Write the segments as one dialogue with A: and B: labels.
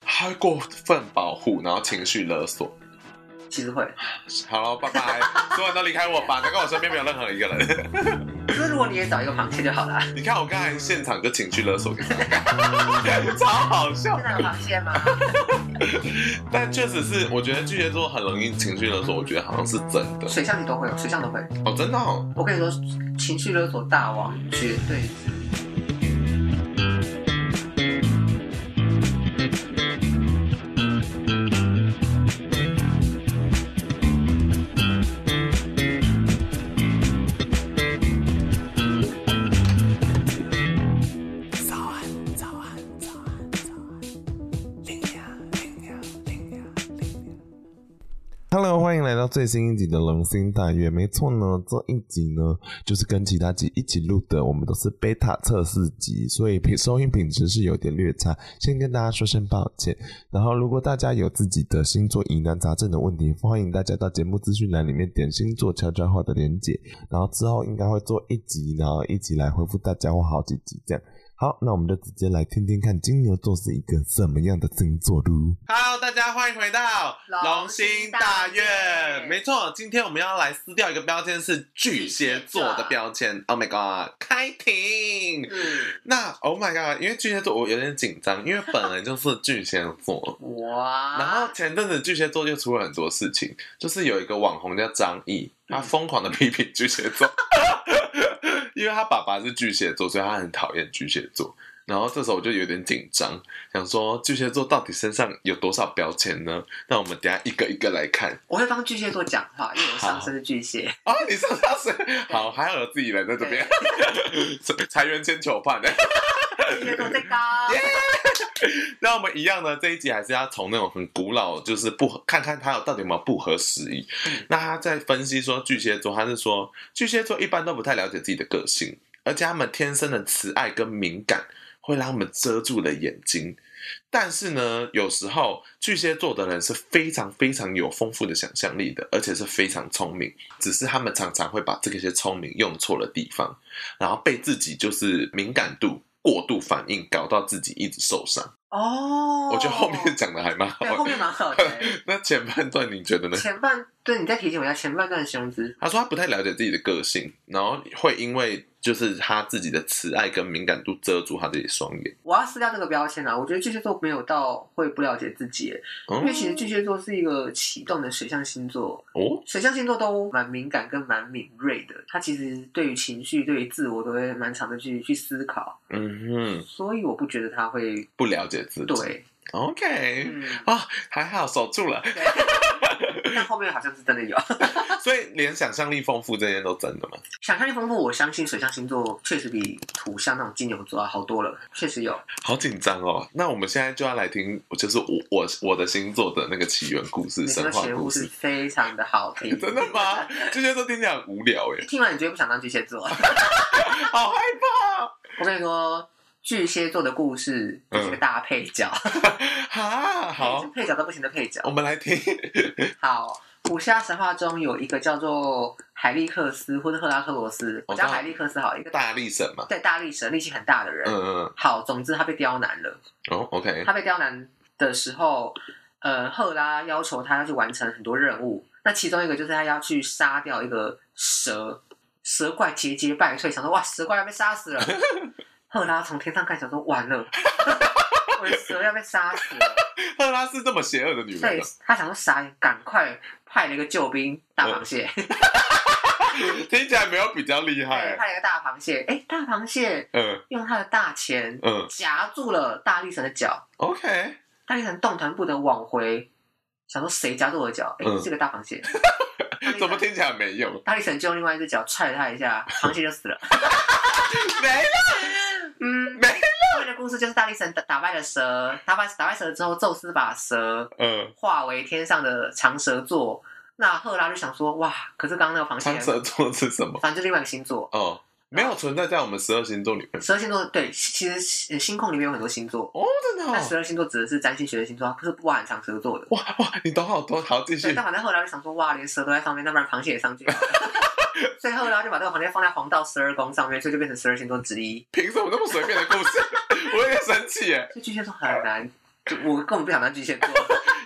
A: 他会过分保护，然后情绪勒索。
B: 其实会。
A: 好了，拜拜，所有人都离开我吧，难怪我身边没有任何一个人。
B: 可是如果你也找一个螃蟹就 好了。
A: 你看我刚才现场就情绪勒索给他， 超好笑
C: 现。在有螃蟹吗？
A: 但确实是，我觉得巨蟹座很容易情绪勒索，我觉得好像是真的。
B: 水象你都会有，水象都会。
A: 哦，真的、哦，
B: 我跟你说，情绪勒索大王绝对是。
D: Hello，欢迎来到最新一集的《龙心大悦》。没错呢，这一集呢就是跟其他集一起录的，我们都是 beta 测试集，所以品收音品质是有点略差，先跟大家说声抱歉。然后，如果大家有自己的星座疑难杂症的问题，欢迎大家到节目资讯栏里面点星座悄悄话的连接，然后之后应该会做一集，然后一集来回复大家或好几集这样。好，那我们就直接来听听看金牛座是一个什么样的星座喽。
A: Hello，大家欢迎回到
C: 龙心大悦
A: 没错，今天我们要来撕掉一个标签，是巨蟹座的 标签。Oh my god，开庭！
B: 嗯，
A: 那 Oh my god，因为巨蟹座我有点紧张，因为本人就是巨蟹座。
B: 哇。
A: 然后前阵子巨蟹座就出了很多事情，就是有一个网红叫张译，他疯狂的批评巨蟹座， 因为他爸爸是巨蟹座，所以他很讨厌巨蟹座。然后这时候我就有点紧张，想说巨蟹座到底身上有多少标签呢？那我们等一下一个一个来看。
B: 我会帮巨蟹座讲话，因为我上身是巨蟹。
A: 啊，你上上谁？ 好，还好有自己人在这边， 裁员兼球判。欸
C: 巨蟹座最高，
A: 那我们一样呢，这一集还是要从那种很古老，就是不合看看它有到底有没有不合时宜。那他在分析说巨蟹座，他是说巨蟹座一般都不太了解自己的个性，而且他们天生的慈爱跟敏感会让他们遮住了眼睛。但是呢，有时候巨蟹座的人是非常非常有丰富的想象力的，而且是非常聪明，只是他们常常会把这些聪明用错了地方，然后被自己就是敏感度过度反应搞到自己一直受伤。
B: 哦
A: 我觉得后面讲的还蛮好
B: 对后
A: 的。
B: 面蛮好的。
A: 那前半段你觉得呢？
B: 前半对你再提醒我一下，前半段的形容词
A: 他说他不太了解自己的个性，然后会因为就是他自己的慈爱跟敏感度遮住他自己的双眼。
B: 我要撕掉这个标签啊！我觉得巨蟹座没有到会不了解自己，因为
A: 嗯，
B: 其实巨蟹座是一个启动的水象星座，
A: 哦，
B: 水象星座都蛮敏感跟蛮敏锐的，他其实对于情绪、对于自我都会蛮常的去去思考，
A: 嗯哼，
B: 所以我不觉得他会
A: 不了解自己。
B: 对，
A: ，OK，
B: 嗯，
A: 啊、还好守住 了。
B: 对但后面好像是真的有
A: 所以连想象力丰富这些都真的吗？
B: 想象力丰富，我相信水象星座确实比土象那种金牛座啊好多了，确实有。
A: 好紧张哦。那我们现在就要来听，就是我我我的星座的那个起源故事、
B: 你
A: 神
B: 的
A: 话
B: 学
A: 故
B: 物是
A: 事。
B: 非常的 好听，
A: 真的吗？这些都听起来很无聊哎，
B: 听完你绝对不想当巨蟹座。
A: 好害 怕哦
B: 我跟你说，巨蟹座的故事就是个大配角，
A: 哈，嗯好
B: 是，配角都不行的配角
A: 我。们来听。
B: 好，古希腊神话中有一个叫做海利克斯或者赫拉克罗斯，我叫海利克斯好了，一个
A: 大力神嘛，
B: 对大力神力气很大的人。
A: 嗯嗯，
B: 好，总之他被刁难了。
A: 嗯哦，OK，
B: 他被刁难的时候，呃，赫拉要求他要去完成很多任务，那其中一个就是他要去杀掉一个蛇，蛇怪节节败退，想说哇，蛇怪要被杀死 了。赫拉从天上看，想说完了，我的蛇要被杀 死了。
A: 赫拉是这么邪恶的女人
B: 对
A: 啊，
B: 他想说傻眼，赶快派了一个救兵大螃蟹，
A: 听起来没有比较厉
B: 对，
A: 害。
B: 派了一个大螃蟹，哎，大螃蟹
A: 嗯
B: 用它的大钳
A: 嗯
B: 夹住了大力神的脚，
A: ，OK，
B: 大力神动弹不得往回，想说谁夹住我的脚？哎、
A: 嗯
B: 是个大螃蟹。大 力
A: 怎么
B: 神
A: 听起来没有？
B: 大力神就用另外一只脚踹了他一下，螃蟹 就死了。
A: 没了，
B: 嗯，
A: 没
B: 后面的故事就是大力神打打败了蛇，打败打败蛇之后，宙斯把蛇
A: 嗯，
B: 化为天上的长蛇座。那赫拉就想说，哇，可是刚刚那个螃蟹
A: 长，蛇座是什么？
B: 反正就另外一个星座，
A: 哦，没有存在在我们十二星座里面。
B: 十二星座对，其实呃星空里面有很多星座，
A: 哦，真的
B: 但十
A: 哦，
B: 二星座指的是占星学的星座，它不是不包含长蛇座的。
A: 哇哇，你懂好多，好继
B: 对，
A: 续
B: 但。反正后来就想说，哇，连蛇都在上面，那不然螃蟹也上 去好了。所以后来就把这个螃蟹放在黄道十二宫上面，所以就变成十二星座之一。
A: 凭什么那么随便的故事？我有点生气耶。
B: 所以巨蟹座很难就我根本不想当巨 蟹座。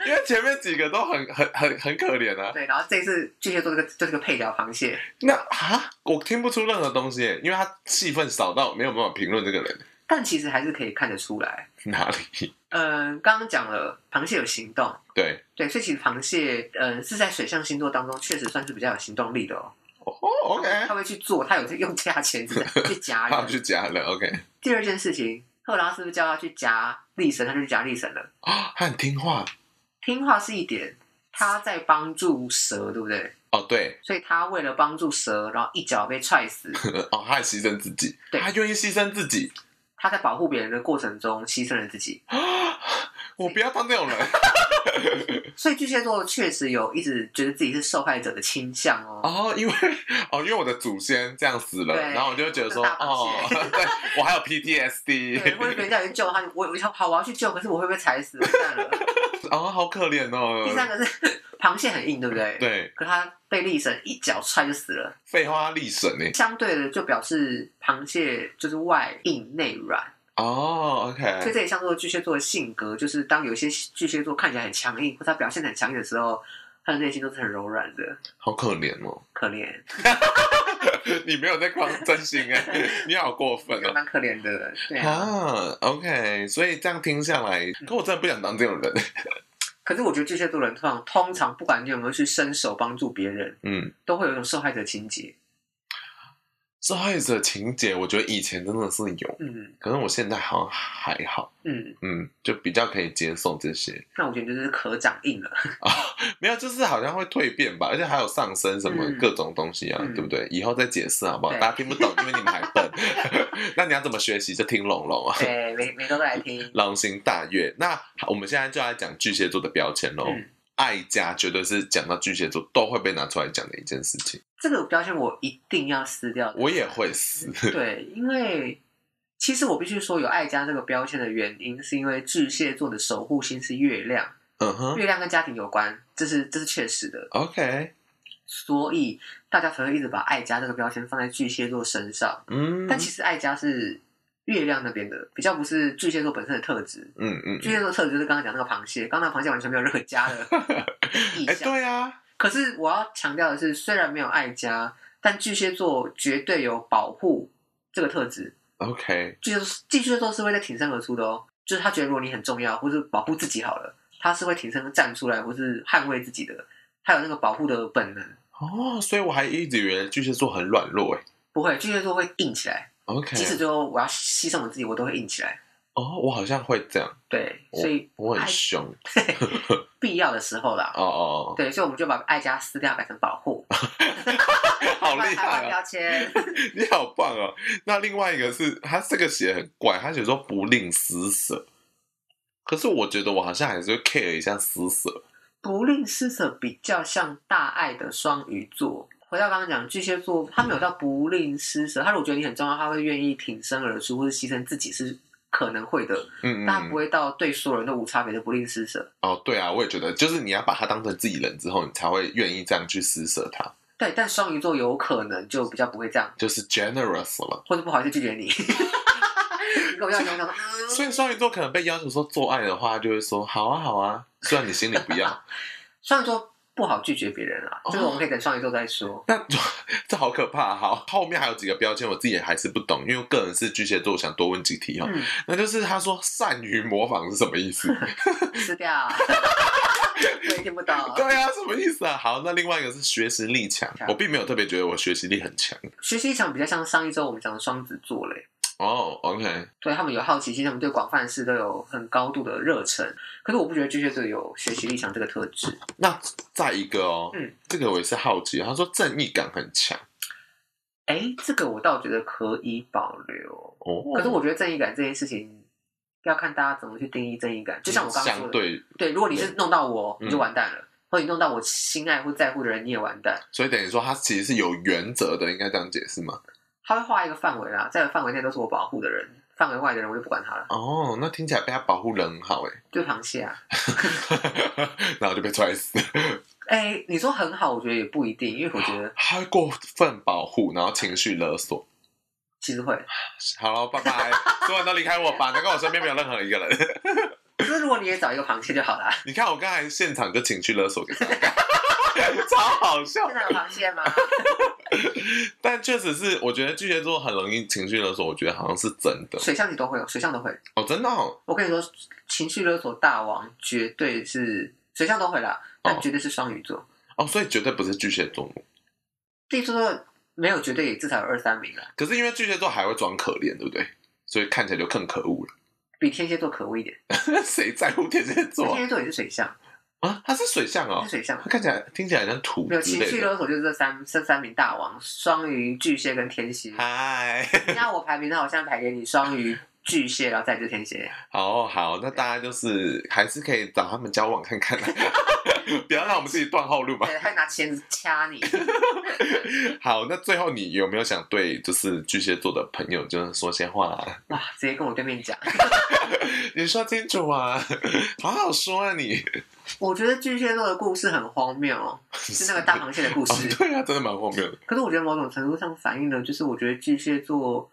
A: 因为前面几个都很很很很可怜啊。
B: 对，然后这次巨蟹座这个就是个配角螃蟹，
A: 那啊，我听不出任何东西耶，因为他戏份少到没有办法评论这个人
B: 但其实还是可以看得出来。
A: 哪里。
B: 嗯，刚刚讲了螃蟹有行动，
A: 对，
B: 对，所以其实螃蟹，嗯，是在水象星座当中确实算是比较有行动力的哦。
A: 哦，OK，
B: 他会去做，他有在用价钱去去夹
A: 他
B: 人。
A: 去夹了，OK，
B: 第二件事情，赫拉是不是叫他去夹力神，他就去夹力神了。
A: 啊，他很听话。
B: 听话是一点，他在帮助蛇，对不对？
A: 哦，对，
B: 所以他为了帮助蛇，然后一脚被踹死。
A: 哦，他还牺牲自己，
B: 对
A: 他愿意牺牲自己。
B: 他在保护别人的过程中牺牲了自己。
A: 我不要当这种人
B: 所以巨蟹座确实有一直觉得自己是受害者的倾向哦。
A: 哦，因为 哦，因为我的祖先这样死了，
B: 对
A: 然后我就会觉得说，
B: 这大
A: 哦
B: 螃，蟹
A: 对我还有
B: 对，或者
A: PTSD，
B: 别人叫你去救他，我我想好，我要去救，可是我会被踩死，完蛋 了。
A: 哦，好可怜哦。
B: 第三个是 螃蟹很硬，对不对？。
A: 对，
B: 可他被力神一脚踹就死了，
A: 废话力神呢？
B: 相对的就表示螃蟹就是外硬内软，
A: 哦
B: 所以
A: ，OK，
B: 这也像做巨蟹座的性格，就是当有一些巨蟹座看起来很强硬，或者他表现得很强硬的时候，他的内心都是很柔软的，
A: 好可怜哦。
B: 可怜，
A: 你没有在夸真心哎、 你好过分
B: 就
A: 哦、
B: 蛮可怜的，对啊。嗯
A: 啊，OK，所以这样听下来，可我真的不想当这种人。
B: 可是我觉得巨蟹座人通常通常不管你有没有去伸手帮助别人，
A: 嗯，
B: 都会有一种受害者情节。
A: 受害者情节，我觉得以前真的是有，
B: 嗯
A: 可是我现在好像还好，
B: 嗯，
A: 嗯，就比较可以接受这些
B: 那我觉得就是壳长硬了。
A: 啊。没有，就是好像会蜕变吧，而且还有上升什么
B: 嗯
A: 各种东西啊，
B: 嗯
A: 对不对？以后再解释好不好？
B: 对
A: 大家听不懂，因为你们还 笨。那你要怎么学习？就听龙龙啊。
B: 对，每每周都来听。
A: 狼心大悦。那好我们现在就来讲巨蟹座的标签喽。
B: 嗯
A: 爱家绝对是讲到巨蟹座都会被拿出来讲的一件事情，
B: 这个标签我一定要撕掉的。
A: 我也会死。
B: 对，因为其实我必须说有爱家这个标签的原因，是因为巨蟹座的守护星是月亮，
A: 嗯哼
B: 月亮跟家庭有关，这是这是确实的，
A: ，OK，
B: 所以大家才会一直把爱家这个标签放在巨蟹座身上。
A: 嗯，
B: 但其实爱家是月亮那边的，比较不是巨蟹座本身的特质。
A: 嗯嗯，
B: 巨蟹座特质就是刚刚讲那个螃蟹，刚刚那个螃蟹完全没有任何 家的意
A: 哎、
B: 象。
A: 对啊，
B: 可是我要强调的是，虽然没有爱家，但巨蟹座绝对有保护这个特质。
A: ，OK，
B: 巨蟹座巨蟹座是会在挺身而出的哦，就是他觉得如果你很重要，或是保护自己好了，他是会挺身站出来，或是捍卫自己的。他有那个保护的本能，
A: 哦，所以我还一直以为巨蟹座很软弱哎
B: 不会巨蟹座会硬起来，
A: ，OK，
B: 即使最后我要牺牲我自己，我都会硬起来。
A: 哦，我好像会这样，
B: 对，所以
A: 我很凶，
B: 必要的时候啦，
A: 哦哦，
B: 对，所以我们就把爱家撕掉，改成保护，
A: 哦 好厉
B: 台
A: 害
B: 湾
A: 哦，
B: 标签。
A: 你好棒哦。那另外一个是他这个写很怪，他写说不吝施舍，可是我觉得我好像还是会 care 一下施舍。
B: 不吝施舍比较像大爱的双鱼座。回到刚刚讲巨蟹座，他没有到不吝施舍，他如果觉得你很重要，他会愿意挺身而出，或是牺牲自己是可能会的，
A: 嗯
B: 但他不
A: 嗯，
B: 会到对所有人都无差别的不吝施舍。
A: 哦，对啊，我也觉得，就是你要把他当成自己人之后，你才会愿意这样去施舍他，
B: 对，但双鱼座有可能就比较不会这样，
A: 就是 generous 了。
B: 或者不好意思拒绝你。你跟我要想想，嗯
A: 所以双鱼座可能被要求说做爱的话，就会说好啊好啊，虽然你心里不要，
B: 双鱼座不好拒绝别人啊，这个我们可以等双鱼座再说。
A: 那这好可怕。好，后面还有几个标签，我自己也还是不懂，因为我个人是巨蟹座，我想多问几题哦。
B: 嗯，
A: 那就是他说善于模仿是什么意思？
B: 撕掉，啊我也听不懂。
A: 对啊，什么意思啊？好，那另外一个是学习力强，
B: 强
A: 我并没有特别觉得我学习力很强。
B: 学习场比较像上一周我们讲的双子座嘞。
A: 哦、o k
B: 对他们有好奇心，他们对广泛事都有很高度的热忱。可是我不觉得巨蟹座有学习力强这个特质，
A: 那再一个哦，
B: 嗯
A: 这个我也是好奇，他说正义感很强
B: 哎，这个我倒觉得可以保留。
A: 哦，
B: 可是我觉得正义感这件事情，要看大家怎么去定义正义感。就像我刚刚说
A: 相
B: 的，
A: 对，
B: 对如果你是弄到我，
A: 嗯
B: 你就完蛋了；或者你弄到我心爱或在乎的人，你也完蛋。
A: 所以等于说他其实是有原则的，应该这样解释吗？
B: 他会画一个范围啦，在这个范围内都是我保护的人，范围外的人我就不管他了，
A: 哦，那听起来被他保护人很好 哎，
B: 就是螃蟹啊。
A: 然后就被踹死，
B: 哎，你说很好，我觉得也不一定，因为我觉得
A: 他会过分保护，然后情绪勒索。
B: 其实会。
A: 好了，拜拜，所有人都离开我吧，难怪我身边没有任何一个人。
B: 之是如果你也找一个螃蟹就好啦。
A: 你看我刚才现场就情绪勒索给大家， 超好笑
C: 现。在有螃蟹吗？
A: 但确实是，我觉得巨蟹座很容易情绪勒索，我觉得好像是真的
B: 水象你都会有，水象都会。
A: 哦，真的哦，
B: 我跟你说，情绪勒索大王绝对是水象都会啦，但绝对是双鱼座。
A: 哦，所以绝对不是巨蟹座。
B: 地蝎座没有绝对，也至少有二三名啦，
A: 可是因为巨蟹座还会装可怜，对不对？所以看起来就更可恶了。
B: 比天蝎座可恶一点。
A: 谁在乎天蝎座
B: 天蝎座也是水象，
A: 啊？他是水象哦
B: 是，水象
A: 他。看起来听起来像土
B: 没有
A: 之
B: 情
A: 类
B: 绪
A: 的。
B: 勒索就是这三这三名大王：双鱼、巨蟹跟天蝎。
A: 嗨，
B: 你要我排名，那我现在排给你双鱼、巨蟹，然后再就是天蝎。
A: 好哦好，那大家就是还是可以找他们交往看看啦， 不要让我们自己断后路吧。
B: 对，他拿钳子掐你。
A: 好，那最后你有没有想对就是巨蟹座的朋友就是说些话、啊？
B: 哇，直接跟我对面讲。
A: 你说清楚啊，好好说啊你。
B: 我觉得巨蟹座的故事很荒谬哦，是那个大螃蟹的故
A: 哦
B: 事。
A: 对啊，真的蛮荒谬的。
B: 可是我觉得某种程度上反映了，就是我觉得巨蟹座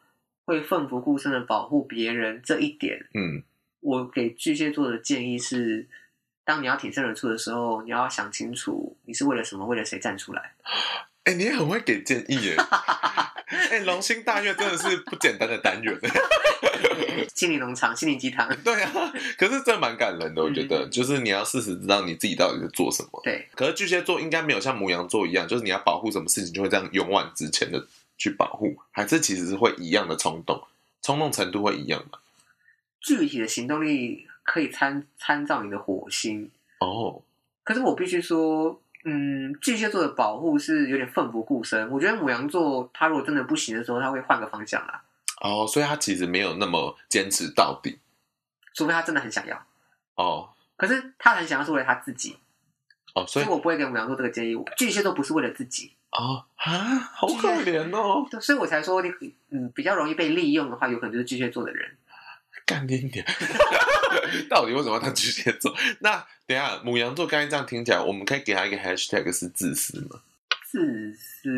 B: 会奋不顾身的保护别人这一点。
A: 嗯，
B: 我给巨蟹座的建议是，当你要挺身而出的时候，你要想清楚你是为了什么，为了谁站出来。
A: 哎、你也很会给建议耶。哎、龙兴大院真的是不简单的单元。
B: 心灵农场、心灵鸡汤，
A: 对啊，可是这蛮感人的，我觉得，
B: 嗯
A: 就是你要事实知道你自己到底在做什么。
B: 对，
A: 可是巨蟹座应该没有像母羊座一样，就是你要保护什么事情就会这样勇往直前的去保护，还是其实是会一样的冲动，冲动程度会一样嘛？
B: 具体的行动力可以参参照你的火星。
A: 哦，
B: 可是我必须说，嗯，巨蟹座的保护是有点奋不顾身。我觉得母羊座，他如果真的不行的时候，他会换个方向啦，
A: 哦，所以他其实没有那么坚持到底。
B: 除非他真的很想要。
A: 哦
B: 可是他很想要是为了他自己，
A: 哦，所
B: 所
A: 以
B: 以我不会给母羊座这个建议。巨蟹座不是为了自己，
A: 哦啊，好可怜哦，
B: 对所以我才说你嗯比较容易被利用的话，有可能就是巨蟹座的人。
A: 干你点。 到底为什么要当巨蟹座？那等一下母羊座刚才这样听起来，我们可以给他一个 hashtag 是自私吗？
B: 自私，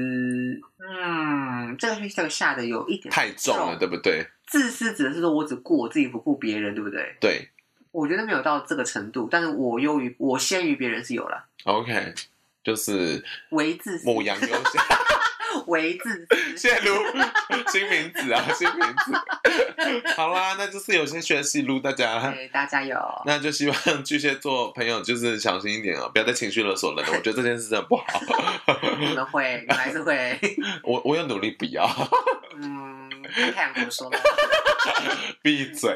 B: 嗯，这个 hashtag 下的有一点
A: 太重了，对不对？
B: 自私指的是说我只顾我自己，不顾别人，对不对？
A: 对
B: 我觉得没有到这个程度，但是我优于我先于别人是有了，
A: ，OK，就是
B: 为自私，
A: 母羊优先。
B: 为 自私。
A: 谢如，新名字啊，新名字。好啦，那就是有些学习路，大家。
B: 对，哎大家有。
A: 那就希望巨蟹座朋友就是小心一点哦，不要再情绪勒索人了。我觉得这件事真的不好，
B: 你们会，你们还是会，
A: 我我有努力不要。
B: 嗯，看太阳怎么说吧。
A: 闭嘴。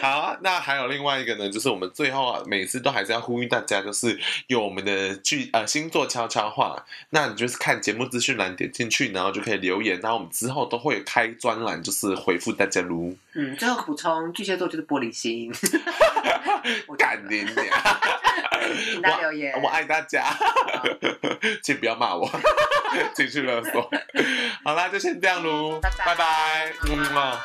A: 好啊，那还有另外一个呢，就是我们最后啊，每次都还是要呼吁大家，就是有我们的剧呃星座悄悄话，那你就是看节目资讯栏点进去，然后就可以留言，那我们之后都会开专栏，就是回复大家如
B: 嗯，最后补充，巨蟹座就是玻 璃心。我觉得
A: 干你娘，
B: 请大家留言。
A: 我爱大家， 请不要骂我，情绪勒索。好啦，就
B: 嗯
A: 先这样喽，
C: 拜拜
A: 拜拜，嗯么。